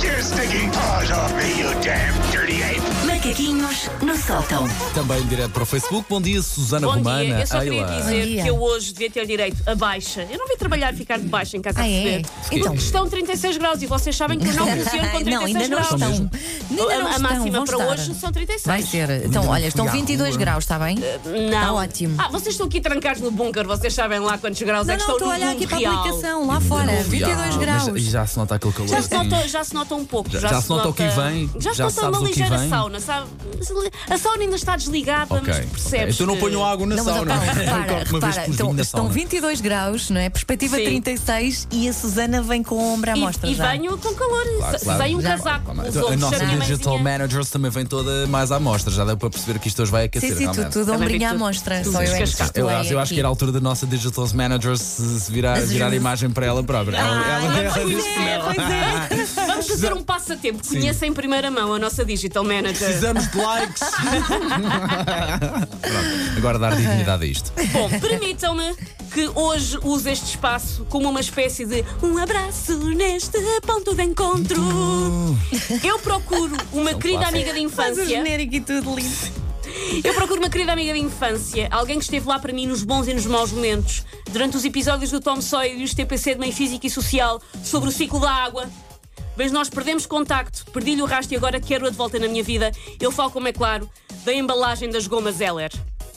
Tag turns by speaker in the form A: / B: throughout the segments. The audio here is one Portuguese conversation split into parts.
A: Taking paws off me, you damn dirty ape!
B: Macaquinhos no sótão.
C: Também direto para o Facebook. Bom dia, Susana
D: Bom
C: Romana.
D: dia, eu só queria
C: Ayla.
B: Bom dia.
D: dizer que eu hoje devia ter direito a baixa. Eu não vim trabalhar e ficar de baixa em casa
B: Ah,
D: a
B: é?
D: receber.
B: Porquê? Então.
D: Porque estão 36 graus e vocês sabem que eu não funciono com 36
B: Não, ainda não
D: graus.
B: estão.
C: mesmo.
B: Ainda
D: A-
B: não
D: a
B: estão,
D: máxima
B: vão
D: para
B: estar.
D: hoje são 36.
B: Vai ser. Então, olha, estão 22 graus, está bem?
D: Não.
B: Está ótimo.
D: Ah, vocês estão aqui trancados no bunker, vocês sabem lá quantos graus é
B: Não,
D: que
B: não,
D: estão
B: estou a
D: no
B: olhar
D: mundo
B: aqui para a
D: real.
B: aplicação, lá fora. 22
C: Ah, Mas
B: graus.
C: já se nota aquele calor.
D: Já se,
C: assim.
D: nota, já se nota um pouco.
C: Já- já se nota o que vem,
D: Já se
C: já
D: nota
C: sabes
D: uma
C: o que
D: ligeira
C: vem.
D: sauna, sabe? A sauna ainda está desligada,
C: Ok,
D: mas
C: ok.
D: percebes.
C: Então não
D: que-
C: ponham água na
B: Não, mas
C: sauna.
B: opa,
C: Eu
B: repara,
C: corto uma vez
B: repara,
C: por vinho
D: então,
B: estão,
C: na
B: estão
C: sauna.
B: 22 graus, não é? Perspectiva
D: Sim.
B: 36 e a Susana vem com a ombra à
D: E,
B: mostra
D: e
B: já.
D: venho com calor,
C: Claro,
D: se-
C: claro. Então,
D: sem um
B: Já-
D: casaco. Os
C: A
D: outros,
C: nossa
D: a minha
C: Digital
D: mãezinha.
C: Managers também vem toda mais à mostra. Já deu para perceber que isto hoje vai aquecer.
B: Sim, sim, tu,
C: realmente.
B: tudo
D: Também vi
B: ombrinha à
D: tudo-
B: mostra.
D: tudo
B: Só eu é que
D: descascado.
B: estou
C: Eu,
B: aí
C: acho- eu acho que era a altura da nossa Digital Manager se, se virar, virar a imagem para ela própria.
D: Ah,
C: Ela, ela,
D: é
C: ela diz que não.
B: é,
D: Vamos fazer um passatempo. Conheça em primeira mão a nossa Digital Manager.
C: Precisamos de likes. Pronto, agora dar dignidade a isto.
D: Bom, permitam-me que hoje use este espaço como uma espécie de um abraço neste ponto de encontro. Eu procuro uma querida
C: clássico.
D: amiga de
B: Faz o
D: infância.
B: genérico e tudo lindo.
D: Eu procuro uma querida amiga de infância, alguém que esteve lá para mim nos bons e nos maus momentos, durante os episódios do Tom Sawyer e os TPC de Meio Física e Social sobre o ciclo da água. Mas nós perdemos contacto, perdi-lhe o rastro e agora quero-a de volta na minha vida. Eu falo, como é claro, da embalagem das gomas Eller.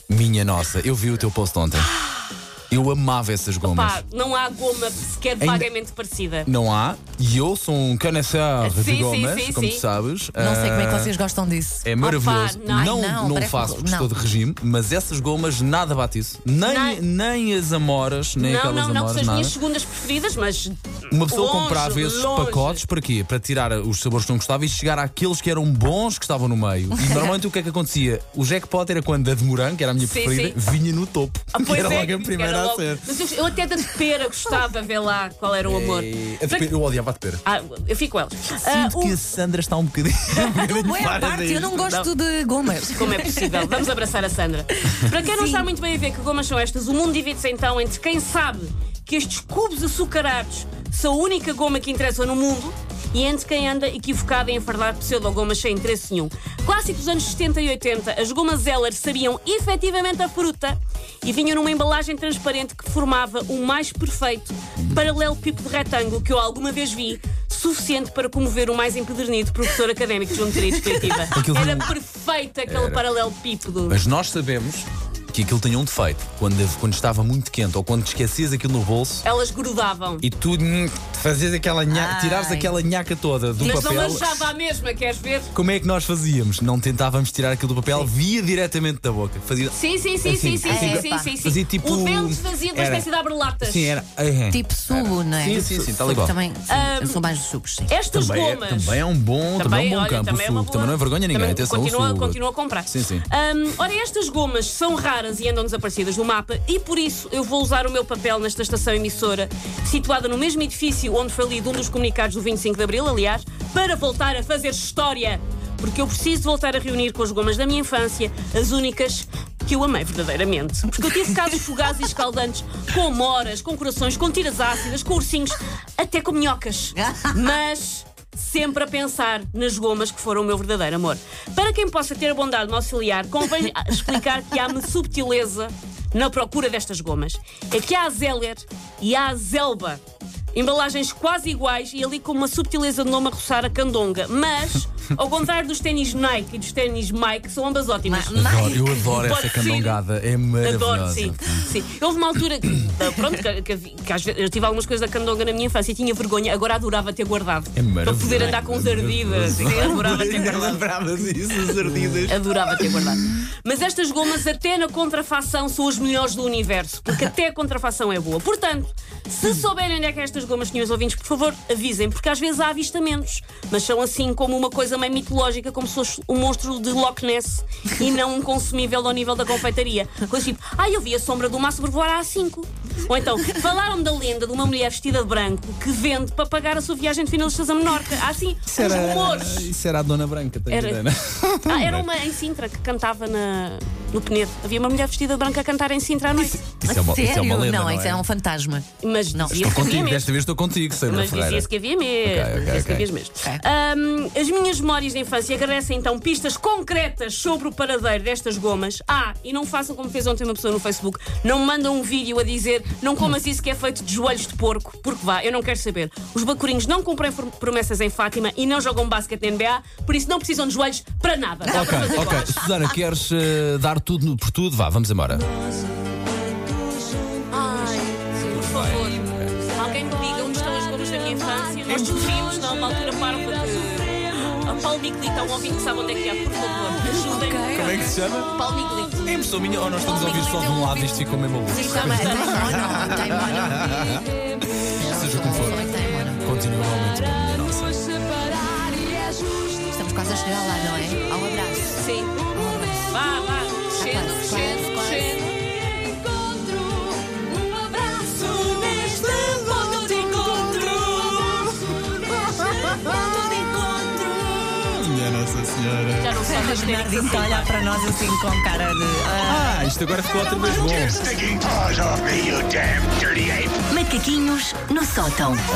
C: Minha nossa, eu vi o teu post ontem. Eu amava essas gomas.
D: Pá, não há goma sequer vagamente parecida.
C: Não há. E eu sou um canassar
D: Sim,
C: de
D: sim,
C: gomas,
D: sim,
C: como
D: sim.
C: tu sabes.
B: Não sei como é que
C: Ah,
B: vocês gostam disso.
C: É maravilhoso.
D: Opa, não.
C: não
B: Ai, não,
C: não,
B: parece
C: faço porque
B: não.
C: estou de regime, mas essas gomas nada bate isso. Nem,
D: Não.
C: nem as amoras, nem
D: não,
C: aquelas
D: não, não que
C: amoras,
D: sejam as
C: nada.
D: minhas segundas preferidas, mas.
C: Uma pessoa
D: longe,
C: comprava esses
D: longe.
C: pacotes para quê? Para tirar os sabores que não gostava e chegar àqueles que eram bons que estavam no meio. E normalmente o que é que acontecia? O jackpot era quando a de morango, que era a minha
D: Sim,
C: preferida,
D: sim.
C: vinha no topo.
D: Ah, pois
C: era
D: é,
C: logo a
D: que
C: primeira
D: era logo-
C: a ser.
D: Mas eu, eu até da de pera gostava, ver lá qual era o amor.
C: E- a de pera- É, Eu odiava a de pera.
D: Ah, eu fico com elas. Ah,
C: Sinto
D: o- é
C: que a Sandra está um bocadinho. um bocadinho
B: Boa
C: fora
B: parte, eu
C: disto.
B: não gosto de gomas.
D: Como é possível? Vamos abraçar a Sandra. Para quem não está muito bem a ver que gomas são estas, o mundo divide-se então entre quem sabe que estes cubos açucarados são a única goma que interessa no mundo e entre quem anda equivocado em enfardar pseudogomas sem interesse nenhum. Clássico dos anos 70 e 80, as gomas Zeller sabiam efetivamente a fruta e vinham numa embalagem transparente que formava o mais perfeito paralelepípedo retângulo que eu alguma vez vi, suficiente para comover o mais empedernido professor académico de Geometria Descritiva.
C: Aquilo
D: Era
C: não-
D: perfeito aquele
C: Era.
D: paralelepípedo.
C: Mas nós sabemos que aquilo tinha um defeito. Quando, quando estava muito quente ou quando te esquecias aquilo no bolso
D: Elas grudavam.
C: e tu hum, fazias aquela nhaca,
B: Ai.
C: tirares aquela nhaca toda do
D: Mas não
C: papel.
D: lanchava a mesma, queres ver?
C: Como é que nós fazíamos? Não tentávamos tirar aquilo do papel, via diretamente da boca. Fazia.
D: Sim, sim, sim,
C: Assim,
D: sim, sim,
C: assim,
D: sim, sim, sim, sim.
C: fazia tipo-
D: O Beldes fazia uma
C: Era.
D: espécie de abrelatas.
C: Sim, era. é, é.
B: Tipo subo, não é?
C: Sim, sim, tá sim, tal e qual.
B: Também, sim, eu sou mais dos subos, sim.
D: Estas
C: Também é,
D: gomas.
C: também é um bom, também, é um bom
D: olha,
C: campo.
D: também, é
C: o
D: uma
C: Fulgo.
D: boa-
C: também não envergonha ninguém.
D: Também
C: Atenção,
D: continua,
C: o Fulgo.
D: continua a comprar.
C: Sim, sim.
D: Hum, ora, estas gomas são raras e andam desaparecidas do mapa e por isso eu vou usar o meu papel nesta estação emissora, situada no mesmo edifício onde foi lido um dos comunicados do 25 de Abril, aliás, para voltar a fazer história. Porque eu preciso voltar a reunir com as gomas da minha infância, as únicas que eu amei verdadeiramente. Porque eu tive casos fugazes e escaldantes, com moras, com corações, com tiras ácidas, com ursinhos, até com minhocas. Mas sempre a pensar nas gomas que foram o meu verdadeiro amor. Para quem possa ter a bondade de me auxiliar, convém explicar que há-me subtileza na procura destas gomas. É que há a Zeller e há a Zelba. Embalagens quase iguais e ali com uma subtileza de nome a roçar a candonga. Mas, ao contrário dos ténis Nike e dos ténis Mike, são ambas ótimas.
B: Ma-
C: Adoro,
B: Mike.
C: eu adoro essa
D: Pode ser.
C: candongada. É maravilhosa.
D: Adoro, sim, sim. Houve uma altura que, ah, pronto, que, que, que às vezes eu tive algumas coisas da candonga na minha infância e tinha vergonha, agora adorava ter guardado.
C: É
D: para
C: maravilhoso.
D: poder andar com os ardidas. Sim, adorava ter guardado.
C: Lembravas isso, as ardidas.
D: Adorava ter guardado. Mas estas gomas, até na contrafação, são as melhores do universo, porque até a contrafação é boa. Portanto, se souberem onde é que estas gomas, senhores ouvintes, por favor, avisem, porque às vezes há avistamentos, mas são assim como uma coisa meio mitológica, como se fosse um monstro de Loch Ness e não um consumível ao nível da confeitaria. Coisa tipo, ah, eu vi a sombra do mar sobrevoar a A5. Ou então, falaram da lenda de uma mulher vestida de branco que vende para pagar a sua viagem de finalistas a Menorca. Há assim uns rumores.
C: isso era a Dona Branca, tá
D: Era. Ah, era uma em Sintra que cantava na, no Penedo. Havia uma mulher vestida de branca a cantar em Sintra à noite.
C: Isso é uma,
B: Sério?
C: isso é uma lenda, não,
B: não, isso é um fantasma.
D: Mas
B: Não,
D: dizia-se
C: Estou
D: que havia
C: contigo,
D: mesmo.
C: desta vez estou contigo, Sandra
D: Mas
C: Ferreira.
D: dizia-se que havia mesmo.
C: Ok, ok,
D: dizia-se que
C: ok.
D: havia mesmo.
B: Ok.
D: Ahm, as minhas memórias de infância agradecem então pistas concretas sobre o paradeiro destas gomas. Ah, e não façam como fez ontem uma pessoa no Facebook. Não mandam um vídeo a dizer não comas isso que é feito de joelhos de porco, porque vá, eu não quero saber. Os bacurinhos não cumprem form- promessas em Fátima e não jogam basquete na NBA, por isso não precisam de joelhos para nada. tá Dá
C: Ok,
D: para fazer
C: ok.
D: golas.
C: Susana, queres eh, dar tudo no- por tudo? Vá, vamos embora.
D: Ai, por favor, alguém me diga onde estão as gomas da minha infância. Nós descobrimos na uma altura parva que a Paulo Miguelito, um ouvinte que sabe onde é que é, por favor, ajudem-me.
C: é que se chama?
D: Paulo Miguelito.
C: É impressão minha ou nós estamos
B: a ouvir só de um lado e isto
C: ficou mesmo louco?
B: Sim, chama- Tem mono, tem mono.
C: Seja como for,
B: Tem mono.
C: continua realmente.
B: Estamos quase a chegar lá, não é? Ao abraço.
D: Sim. Vá, vá, crescendo,
B: quase,
D: crescendo,
B: quase,
D: crescendo.
E: Minha Nossa Senhora.
D: Já não sabe é as
F: Bernardino está a olhar para nós assim com cara de. ah.
E: Ah, isto agora ficou outra vez bom.
A: Get your stinking paws off me, you damn dirty ape!
F: Macaquinhos no sótão.